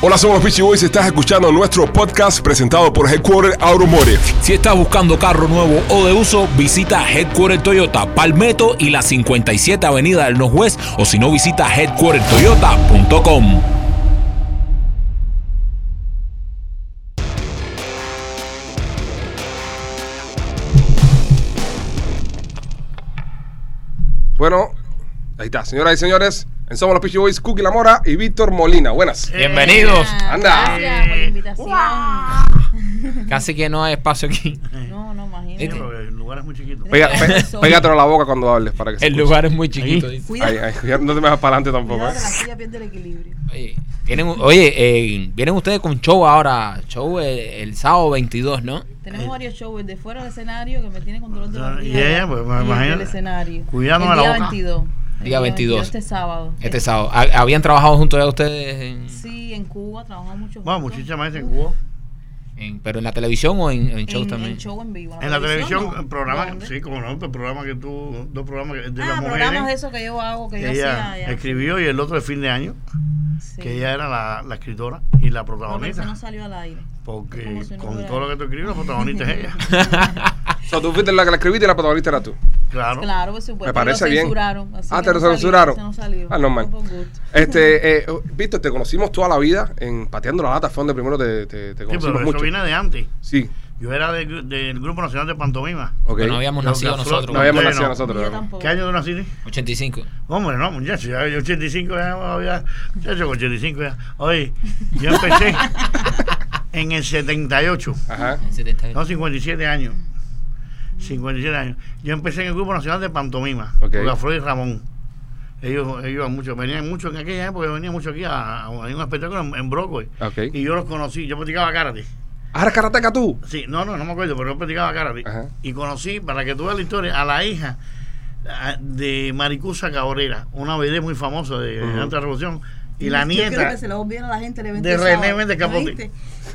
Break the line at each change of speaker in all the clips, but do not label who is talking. Hola, somos los Peachy Boys. Estás escuchando nuestro podcast presentado por Headquarter Automotive.
Si estás buscando carro nuevo o de uso, visita Headquarter Toyota Palmetto y la 57 Avenida del Northwest o si no, visita headquartertoyota.com.
Bueno, ahí está, señoras y señores. En Somos los Peachy Boys, Cookie La Mora y Víctor Molina. Buenas.
Bienvenidos.
Anda.
Gracias por la invitación.
Casi que no hay espacio aquí.
No, no,
Sí,
imagínate.
porque el lugar es muy chiquito.
Pega, pe- pégatelo a la boca cuando hables para que se
El
escuche.
lugar es muy chiquito.
Ahí.
dice.
Ay,
Cuidado,
ay, cuidado, no te me vas para adelante tampoco. ¿eh?
cuidado que la silla pierde el equilibrio.
Oye, vienen, oye eh, vienen ustedes con show ahora. Show el, el sábado 22, ¿no?
Eh.
Tenemos varios shows, el de fuera del escenario que me tiene con dolor de
Ya,
barriga.
ya, ya, pues,
y el
imagínate.
del escenario.
Cuidado
el
de la
día
boca. Eh.
22. El
Día 22.
Este sábado.
Este sábado. Ha- ¿Habían trabajado juntos ya ustedes? en-
Sí, en Cuba trabajamos mucho.
Bueno,
juntos.
muchachas más en Cuba.
en- ¿Pero en la televisión o en, en
En,
shows también?
en show en vivo.
En la televisión,
no.
en programas,
¿Dónde?
sí, como no, el programa que tú, dos programas que- de
ah,
las
programas de
mujeres.
esos que yo hago, que
que
yo
ella
hacía. ya.
escribió y el otro de fin de año,
Sí.
que ella era la, la escritora y la
No, pero eso
protagonista.
no salió al aire. es
Porque
como si no
con
fuera-
todo lo que tú escribes, la protagonista es ella.
O sea, tú fuiste la que la escribiste y la protagonista era tú.
Claro.
Claro, por supuesto.
Me parece
lo
bien.
Censuraron, así
Ah,
que
te
no
lo
salió,
censuraron.
ese No salió.
Ah, normal.
Fue por gusto.
Este, eh, Víctor, te conocimos toda la vida en Pateando la Lata. Fue donde primero te, te, te
Sí,
conocimos
pero eso
mucho.
viene de antes.
Sí,
Yo era de- del Grupo Nacional de Pantomima.
ok.
Que no habíamos
Lo-
nacido
la flor-
nosotros.
No habíamos
Bueno,
nacido
Yo
nosotros. ¿no?
tampoco.
¿Qué año tú naciste?
85.
Hombre, no, muchacho, ya yo 85 ya, había, muchacho, con 85 ya. Oye, yo empecé en el 78,
Ajá.
en 70.
no, 57 años. 57 años. Yo empecé en el Grupo Nacional de Pantomima,
Ok.
con la Flor y Ramón. Ellos, ellos iban mucho, venían mucho en aquella época, venían mucho aquí a, a un espectáculo en, en Broadway.
Ok.
Y yo los conocí, yo practicaba karate.
Ahora Karateka tú.
Sí, no, no, no me acuerdo, pero yo practicaba karate.
Ajá.
Y conocí, para que tú veas la historia, a la hija a- de Maricusa Cabrera, una vedette muy famosa de
Ujú.
la Revolución, y la
Yo creo
nieta.
que se lo olvidaron a la gente. le vende
de René
sábado,
Méndez Capote.
¿oíste?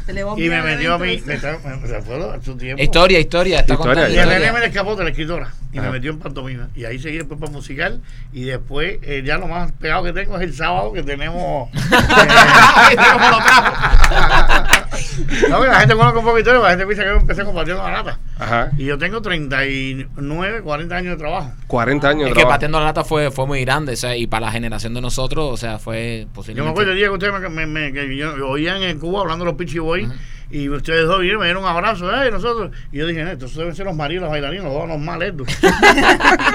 Se le va
Y me
olvidar el
metió a
evento
mí,
ese.
me está- me- me acuerdo a su tiempo.
Historia, historia.
Historia,
Está
Y
contando
el
historia.
René
historia.
Méndez Capote, la escritora, y
Ajá.
me metió en pantomima. Y ahí seguí después para musical, y después eh, ya lo más pegado que tengo es el sábado que tenemos. eh, que tenemos los trapos. no, porque la gente conoce un poco de historia, la gente piensa que yo empecé compartiendo la lata.
Ajá.
Y yo tengo 39, 40 años de trabajo.
40 años de
Es que
trabajo.
Pateando la Lata fue, fue muy grande, o sea, y para la generación de nosotros, o sea, fue
Yo me
posiblemente... Eh,
acuerdo el día que ustedes me, me- me- que yo- oían en Cuba hablando de los Pichi Boys y ustedes dos vinieron, me dieron un abrazo, ¡ay, nosotros! Y yo dije, no, estos deben ser los maridos, los bailarines, los dos los más lentos.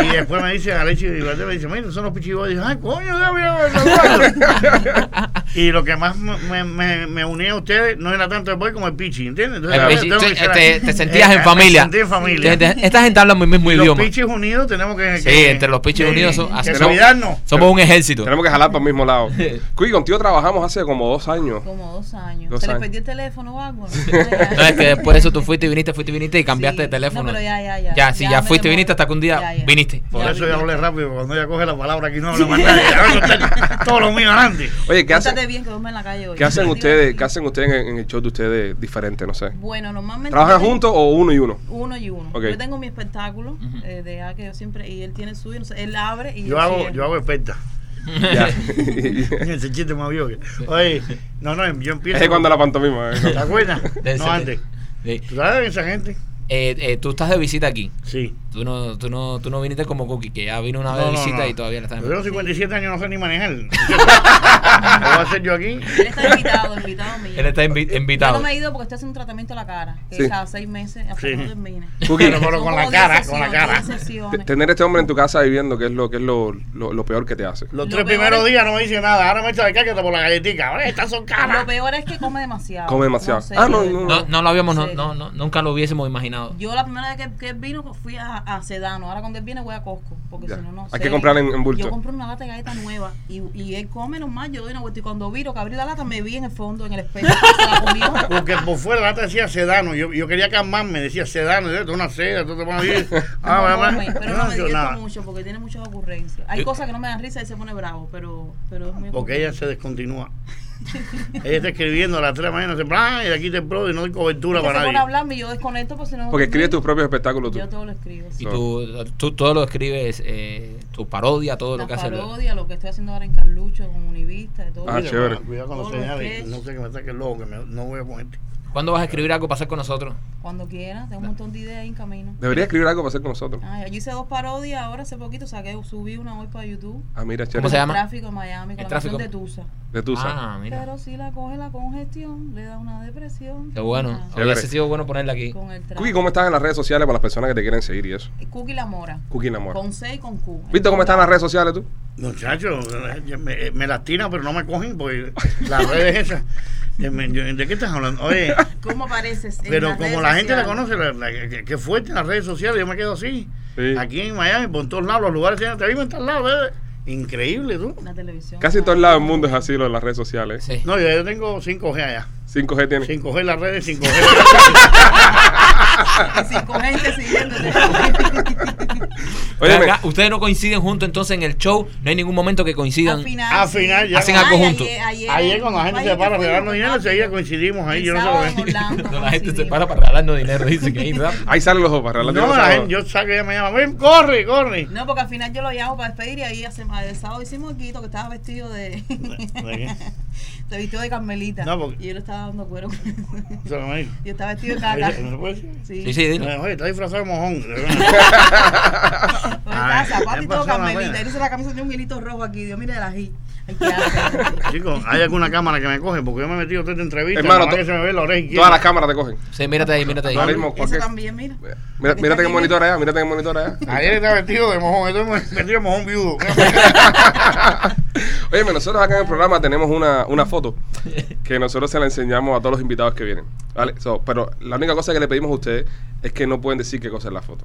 y después me dice Alexis Ibarra, me dice, mira, son los Pichi Boys. Y dije, ¡ay, coño, ya había- ya había-". Y lo que más me, me- me- me unía a ustedes no era tanto el boy como el Pichi, ¿entiendes? Entonces,
El
a ver,
Pichi,
tengo que
Eh, pues, te-
ser
te-
así.
te sentías en
me
familia.
sentí en familia.
Esta- Esta gente habla mi mismo
los
idioma.
Pichis unidos tenemos que.
Sí,
que-
entre los Pichis
que-
unidos son-
que
son-
cuidarnos.
Somos un ejército.
Tenemos que jalar para el mismo lado. Cuy, contigo trabajamos hace como dos años.
Como dos años.
Dos
se
años.
le perdió el teléfono o algo. No,
No, es que después de eso tú fuiste y viniste, fuiste y viniste y cambiaste de teléfono.
No, pero ya, ya, ya.
Ya, sí, ya,
me
fuiste y
demoré.
viniste hasta que un día
Ya, ya.
viniste.
Por
Ya
eso
vi.
yo hablé rápido, porque cuando ella coge la palabra aquí no habla más nadie. Todo lo mío adelante.
Oye, ¿qué
Pórtate
hacen,
bien que duerme en la calle hoy.
¿qué hacen
Digo,
ustedes,
sí.
qué hacen ustedes en, en el show de ustedes diferente? No sé.
Bueno, normalmente.
¿Trabajan
yo-
juntos o uno y uno?
Uno y uno.
Ok.
Yo tengo mi espectáculo eh, de A que yo siempre. Y él tiene el suyo. no sé, él abre y.
Yo hago,
cierro.
yo hago experta.
Ya.
Ese chiste más viejo que. Oye, no, no, yo empiezo.
es que cuando la pantomima. ¿eh?
¿Te acuerdas?
De ese-
No, antes.
Sí.
¿Tú sabes esa gente?
Eh, eh, tú estás de visita aquí.
Sí.
Tú no, tú no, tú no viniste como Cookie, que ya vino una
No,
vez de
no,
visita
no.
y todavía la estás
Yo
en-
tengo 57 años, no sé ni manejar. ¿Qué voy a hacer yo aquí?
Él está invitado, invitado mío.
Él está invi-
Yo
invitado.
no me he ido porque estoy haciendo un tratamiento a la cara. Que
Sí.
cada seis meses hasta
Sí.
que no termine.
Cookie,
Pero, pero
Son
con
como
la
diez
cara, con la
sesiones,
cara.
diez sesiones.
te- tener este hombre en tu casa viviendo, que es lo, que es lo, lo- lo peor que te hace.
Los
Lo
tres
peor
primeros
es-
días no me dice nada. Ahora me echa de caca por la galletica. Ahora estas son caras.
Lo peor es que come demasiado.
Ah, Come demasiado.
sé,
Ah, no,
yo-
no.
No, no lo habíamos, no,
Sí.
no, no, nunca lo hubiésemos imaginado.
Yo la primera vez que, que él vino fui a, a Sedano. Ahora cuando él viene voy a Costco. Porque
Ya.
si no, no
Hay
sé.
que comprar en- en bulto.
Yo compro una lata de galletas nueva y, y él come nomás. Yo doy una vuelta y cuando viro que abrí la lata me vi en el fondo, en el espejo. se la comió.
Porque por fuera la lata decía sedano. Yo, yo quería calmarme, decía sedano. Yo, una seda, tú te pones bien.
No
Ah, mamá.
come, pero
Yo
no
no
me
digo
divierto
nada.
mucho porque tiene muchas ocurrencias. Hay
Yo-
cosas que no me dan risa y se pone bravo, pero, pero es muy
Porque ella se descontinúa. Ella está escribiendo a las 3 de la mañana, se plan, y aquí te pro y no hay cobertura
Porque se
para
pone a
nadie.
hablarme y yo desconecto porque si no...
Porque escribes tus propios espectáculos tú.
Yo todo lo escribo.
Y
sí.
No.
tú, tú todo lo escribes, eh, tu parodia, todo
Las
lo que haces.
parodias, lo que estoy haciendo ahora en Carlucho, con Univista, todo.
Ah,
Mira,
chévere.
Cuidado con los
Todos los
señales,
sketch.
no sé que me saque el logo, que me- no voy a ponerte.
¿Cuándo vas a escribir algo para hacer con nosotros?
Cuando quiera, tengo un montón de ideas ahí en camino.
Debería escribir algo para hacer con nosotros.
Ay, yo hice dos parodias ahora hace poquito, saqué, subí una hoy para YouTube.
Ah, mira, chévere.
¿Cómo se llama?
Tráfico en Miami, con
El
la canción
tráfico.
de Tusa.
De Tusa.
Ah, mira.
Pero si la coge la congestión, le da una depresión.
Qué bueno.
Ah,
Chévere.
Hubiese sido bueno ponerla aquí.
Con el
Cookie,
tráfico.
¿cómo estás en las redes sociales para las personas que te quieren seguir y eso?
Cookie la mora.
Cookie Namor.
Con C y con Q.
¿Viste cómo están las redes sociales tú?
Muchachos, eh, me, me las tiran, pero no me cogen, porque las redes esas. eh, me- yo- ¿De qué estás hablando? Oye,
¿Cómo apareces? en
pero
las
como
redes
la gente la
sociales?
conoce, la- la- que, que fuerte en las redes sociales, yo me quedo así.
Sí.
Aquí en Miami, por todos lados, los lugares tienen, te vivo en tal lado, eh. increíble tú.
La televisión.
Casi en todos lados del mundo es así lo de las redes sociales.
Sí.
No, yo, yo tengo 5G allá.
5G tiene.
5G en las redes, 5G. en la-
Y sin Ah, con gente siguiéndote.
Óyeme,
Acá, ustedes no coinciden juntos entonces en el show, no hay ningún momento que coincidan.
Al final.
Al final, ya.
Hacen algo juntos.
Ayer, ayer,
Ayer cuando la gente
ayer
se para a
que
regalarnos
fuimos,
dinero,
rápido.
enseguida coincidimos ahí.
El
Yo no sé
sábado
lo que-
en Orlando
No, la gente se
coincidimos.
para para regalarnos dinero, dice que ahí, ¿verdad?
ahí salen los dos para la
No, la gente, yo saco y ella me llama, ven, corre, corre.
No, porque al final yo lo llamo para despedir y ahí hace, ah, el sábado hicimos el quito que estaba vestido de. Te vistió de Carmelita.
No, porque-
Y yo le estaba dando cuero.
O sea, me dijo,
yo estaba vestido de caca.
"Oye, ¿No se puede decir?
Sí.
Sí, sí, dilo.
Oye, está disfrazado de mojón.
Porque
Ah,
estaba zapato y
ya
todo
pasó la
Carmelita.
pena.
Él hizo la camisa de un hilito rojo aquí. Dios, mire la ají. Ay, qué asco.
Chicos, hay alguna cámara que me coge porque yo me he metido en esta entrevista.
Hermano,
Hermano,
to-
que se me ve la oreja izquierda.
Todas las cámaras te cogen.
Sí, mírate ahí, mírate ahí.
Ahora mismo,
Eso
cualquier-
también, mira.
Mira, mírate qué monitor allá, mírate qué monitor allá.
Ayer estaba vestido de mojón, estoy metido de mojón viudo.
Óyeme, nosotros acá en el programa tenemos una, una foto que nosotros se la enseñamos a todos los invitados que vienen. ¿Vale? So, pero la única cosa que le pedimos a ustedes es que no pueden decir qué cosa es la foto.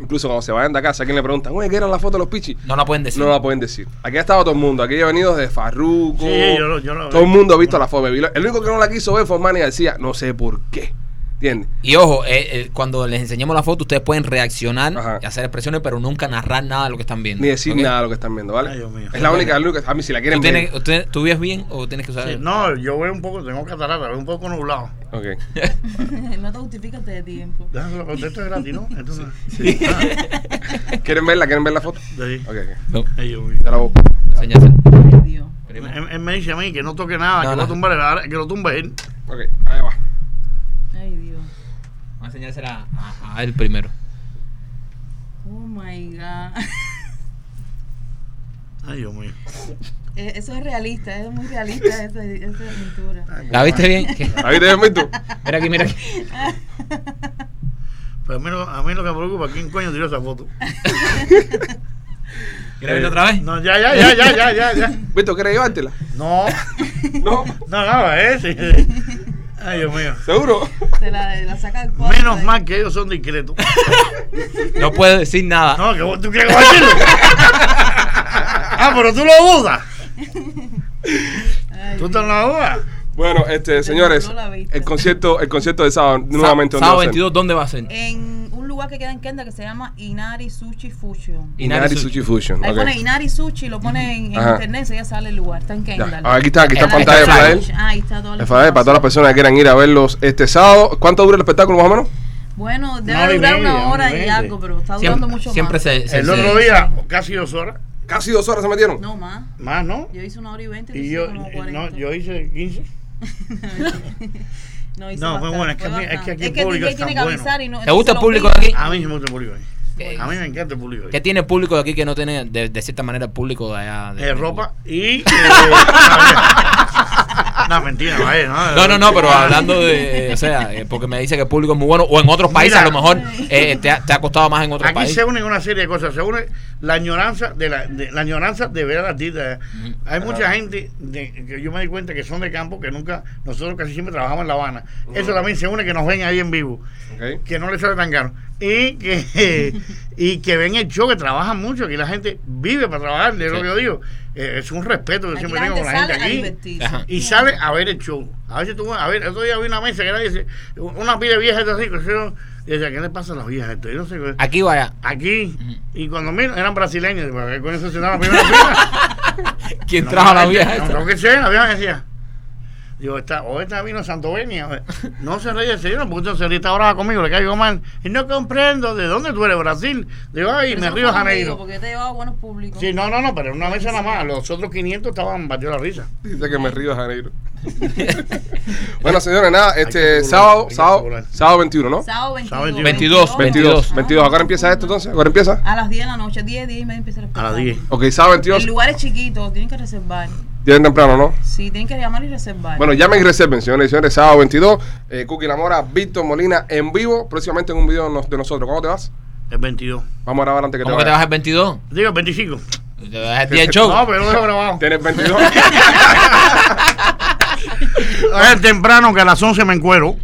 Incluso cuando se vayan de acá, si a quien le preguntan, oye, ¿qué era la foto de los pichis?
No la pueden decir.
No la pueden decir. Aquí ha estado todo el mundo. Aquí ha venido desde Farruko.
Sí, yo lo- yo lo-
todo el mundo ha visto la foto. El único que no la quiso ver fue Manny García. No sé por qué. ¿Entiendes?
Y ojo, eh, eh, cuando les enseñemos la foto, ustedes pueden reaccionar
Ajá.
y hacer expresiones, pero nunca narrar nada de lo que están viendo.
Ni decir
¿ok?
nada de lo que están viendo, ¿vale?
Ay, Dios mío.
Es la única, la única- A mí, si la
¿Tú,
quieren
tienes,
ver.
usted- ¿Tú vives bien o tienes que usar.?
Sí, no, yo veo un poco, tengo catarata, veo un poco nublado.
Ok.
no te justificas de tiempo.
Déjalo, pero esto es gratis, ¿no? Esto no- Ah,
¿Quieren verla? ¿Quieren ver la foto?
Sí.
Ok, ok.
No,
Ay, Dios mío.
Ya la voy.
enséñasela.
Ay, Dios.
Él, él me dice a mí que no toque nada,
No,
que,
no.
Lo tumbe, la- que lo tumbe él.
Ok, ahí va.
Ay, Dios.
Vamos a enseñársela a, a él primero.
Oh my God.
Ay, Dios mío.
Eh, Eso es realista, es muy realista esa, esa pintura.
Ay,
¿La viste bien?
Ahí te ves, tú.
Mira aquí, mira aquí.
Pero a mí, no- a mí lo que me preocupa, ¿quién coño tiró esa foto?
¿Quieres verla otra vez?
No, ya, ya, ya, ya, ya, ya, ya.
Víctor, Eh, ¿quieres llevártela?
No,
No,
no, no, ese. Ay, Dios mío.
seguro.
Se la, la saca del cuadro.
Menos mal que ellos son discretos.
No puedo decir nada.
No, que vos- tú crees que vas a decirlo. Ah, pero tú lo dudas.
Ay,
Tú te lo dudas.
Bueno, este, señores,
nubló la vista.
el concierto, el concierto de sábado,
Sa-
nuevamente. ¿dónde
sábado
va a ser?
22, ¿dónde va a
Eh,
ser?
En un lugar que queda en Kenda que se llama Inari Sushi Fusion.
Inari Sushi Fusion.
Ahí
ok.
pone Inari Sushi, lo pone en, en
Ajá.
internet, ya sale el lugar, está en
Ya.
Kendall.
Ah, Aquí está, aquí está en
Ahí está
pantalla
el
para
flyer.
él.
Ahí está toda la
El flyer para todas las
información.
personas que quieran ir a verlos este sábado. ¿Cuánto dura el espectáculo más o menos?
Bueno,
Una hora
debe
y
durar
media,
una hora y
obviamente.
algo, pero está durando
Siempre,
mucho
siempre
más.
se, se-
El
se-
otro día, casi dos horas.
Casi dos horas se metieron.
No más.
Más, ¿no?
Yo hice una hora y veinte,
Y
hice
yo,
como
eh,
40.
no, yo hice 15.
No, hice
No, fue
bastante,
bueno, es que a mí- es que
bastante.
aquí el
es que el
público
DJ
es
tiene
tan
que
bueno.
avisar y no.
¿Te gusta el
entonces
público
lo
de aquí?
piden.
A mí me gusta el público. ahí. A mí me encanta el público.
¿Qué
ahí.
tiene el público de aquí que no tiene, de, de cierta manera, el público de allá? de-
Eh, ropa y. eh, a ver. no, mentira, vaya, no.
No, no, no, pero hablando de, o sea, eh, porque me dice que el público es muy bueno, o en otros países
Mira.
a lo mejor eh, te, ha, te ha costado más en otros
Aquí se
países.
unen una serie de cosas. Se une la añoranza de la, de- la añoranza de ver a la artista. Hay mucha gente de- que yo me di cuenta que son de campo que nunca nosotros casi siempre trabajamos en La Habana. Eso también se une que nos ven ahí en vivo,
Ok.
que no les sale tan caro y que y que ven el show que trabajan mucho. Aquí la gente vive para trabajar. Es lo
Sí.
que yo digo. Eh, es un respeto que yo
Aquí
siempre
la
tengo con la
gente
gente
sale a
aquí
divertirse.
Ajá.
y sale a ver el show. A veces tú, a ver, el otro día vi una mesa que era dice, una pila de viejas así, que yo, y decía, ¿qué le pasa a las viejas esto? Yo no sé qué-
Aquí vaya,
Aquí, y cuando miro, eran brasileños, porque con eso se daba la primera fila.
¿quién trajo a la vieja esta?
Lo que sea, la vieja decía, Digo, esta, o esta vino Santovenia. No se ríe, señora, porque usted se ríe, está brava conmigo, le caigo mal. Y no comprendo, ¿de dónde tú eres? Brasil. Digo, ay,
Pero
me
eso
río de
fue conmigo,
Janeiro.
Porque yo te llevaba buenos públicos.
Sí, no, no, no, pero en una mesa nada más. Los otros 500 estaban batidos la risa.
Dice que me río de Janeiro. bueno, señores, nada,
Hay que
este
regular, hay
sábado,
que
sábado,
regular.
sábado 21, ¿no?
Sábado 22.
22,
22,
Ah,
22. ¿Ahora empieza esto entonces? ¿Ahora empieza?
A las 10 de la noche, 10, 10 y media empieza el
A las 10.
Ok, sábado
El
22,
lugar es chiquito, tienen que reservar.
bien temprano, ¿no?
Sí, tienen que llamar y reservar.
Bueno, llamen y reserven, señores y señores. Sábado 22, eh, Cookie La Mora, Víctor Molina en vivo, próximamente en un video nos- de nosotros. ¿Cómo te vas?
El 22.
Vamos a grabar antes que te
¿Cómo que te
vayas.
vas el 22?
Digo, el 25.
¿Te vas el día del show?
No, pero lo dejo grabado.
Tienes 22.
Es temprano que a las 11 me encuero.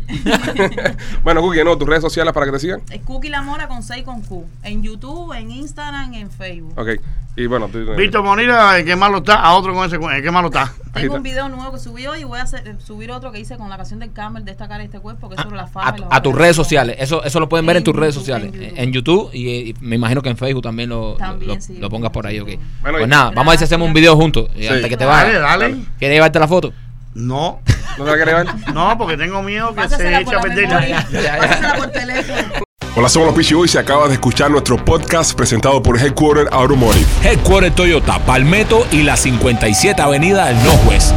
bueno, Cookie, no, tus redes sociales para que te sigan.
Es Cookie La Mora con 6 con Q. En YouTube, en Instagram, en Facebook.
Ok, y bueno, tú-
Víctor Monira, el que malo está, a otro con ese, cu- el que malo está.
ahí
Tengo un
está.
video nuevo que subí hoy y voy a hacer- eh, subir otro que hice con la canción del Camel de esta cara y este cuerpo, que es sobre la fama.
A,
y
tu-
los
a tus
abuelos.
redes sociales. Eso, eso lo pueden ver en,
En
tus redes
YouTube,
sociales. En
en
YouTube,
YouTube.
y, eh, me imagino que en Facebook también lo, lo-
También,
lo-
sí,
lo pongas por ahí, ok.
YouTube.
Bueno, y-
pues nada, vamos a ver si hacemos un video juntos. eh,
Sí.
Antes que te
Dale,
vayas.
dale.
¿Quieres llevarte la foto?
No,
¿No te la quieres ver?
no, porque tengo miedo que se
Pásasela
eche
por la
a perder.
memoria.
Ya, ya, ya.
Pásasela por teléfono.
Hola, somos los Pichi Boys y acabas de escuchar nuestro podcast presentado por Headquarter Automotive.
Headquarter Toyota, Palmetto y la 57 Avenida del Northwest.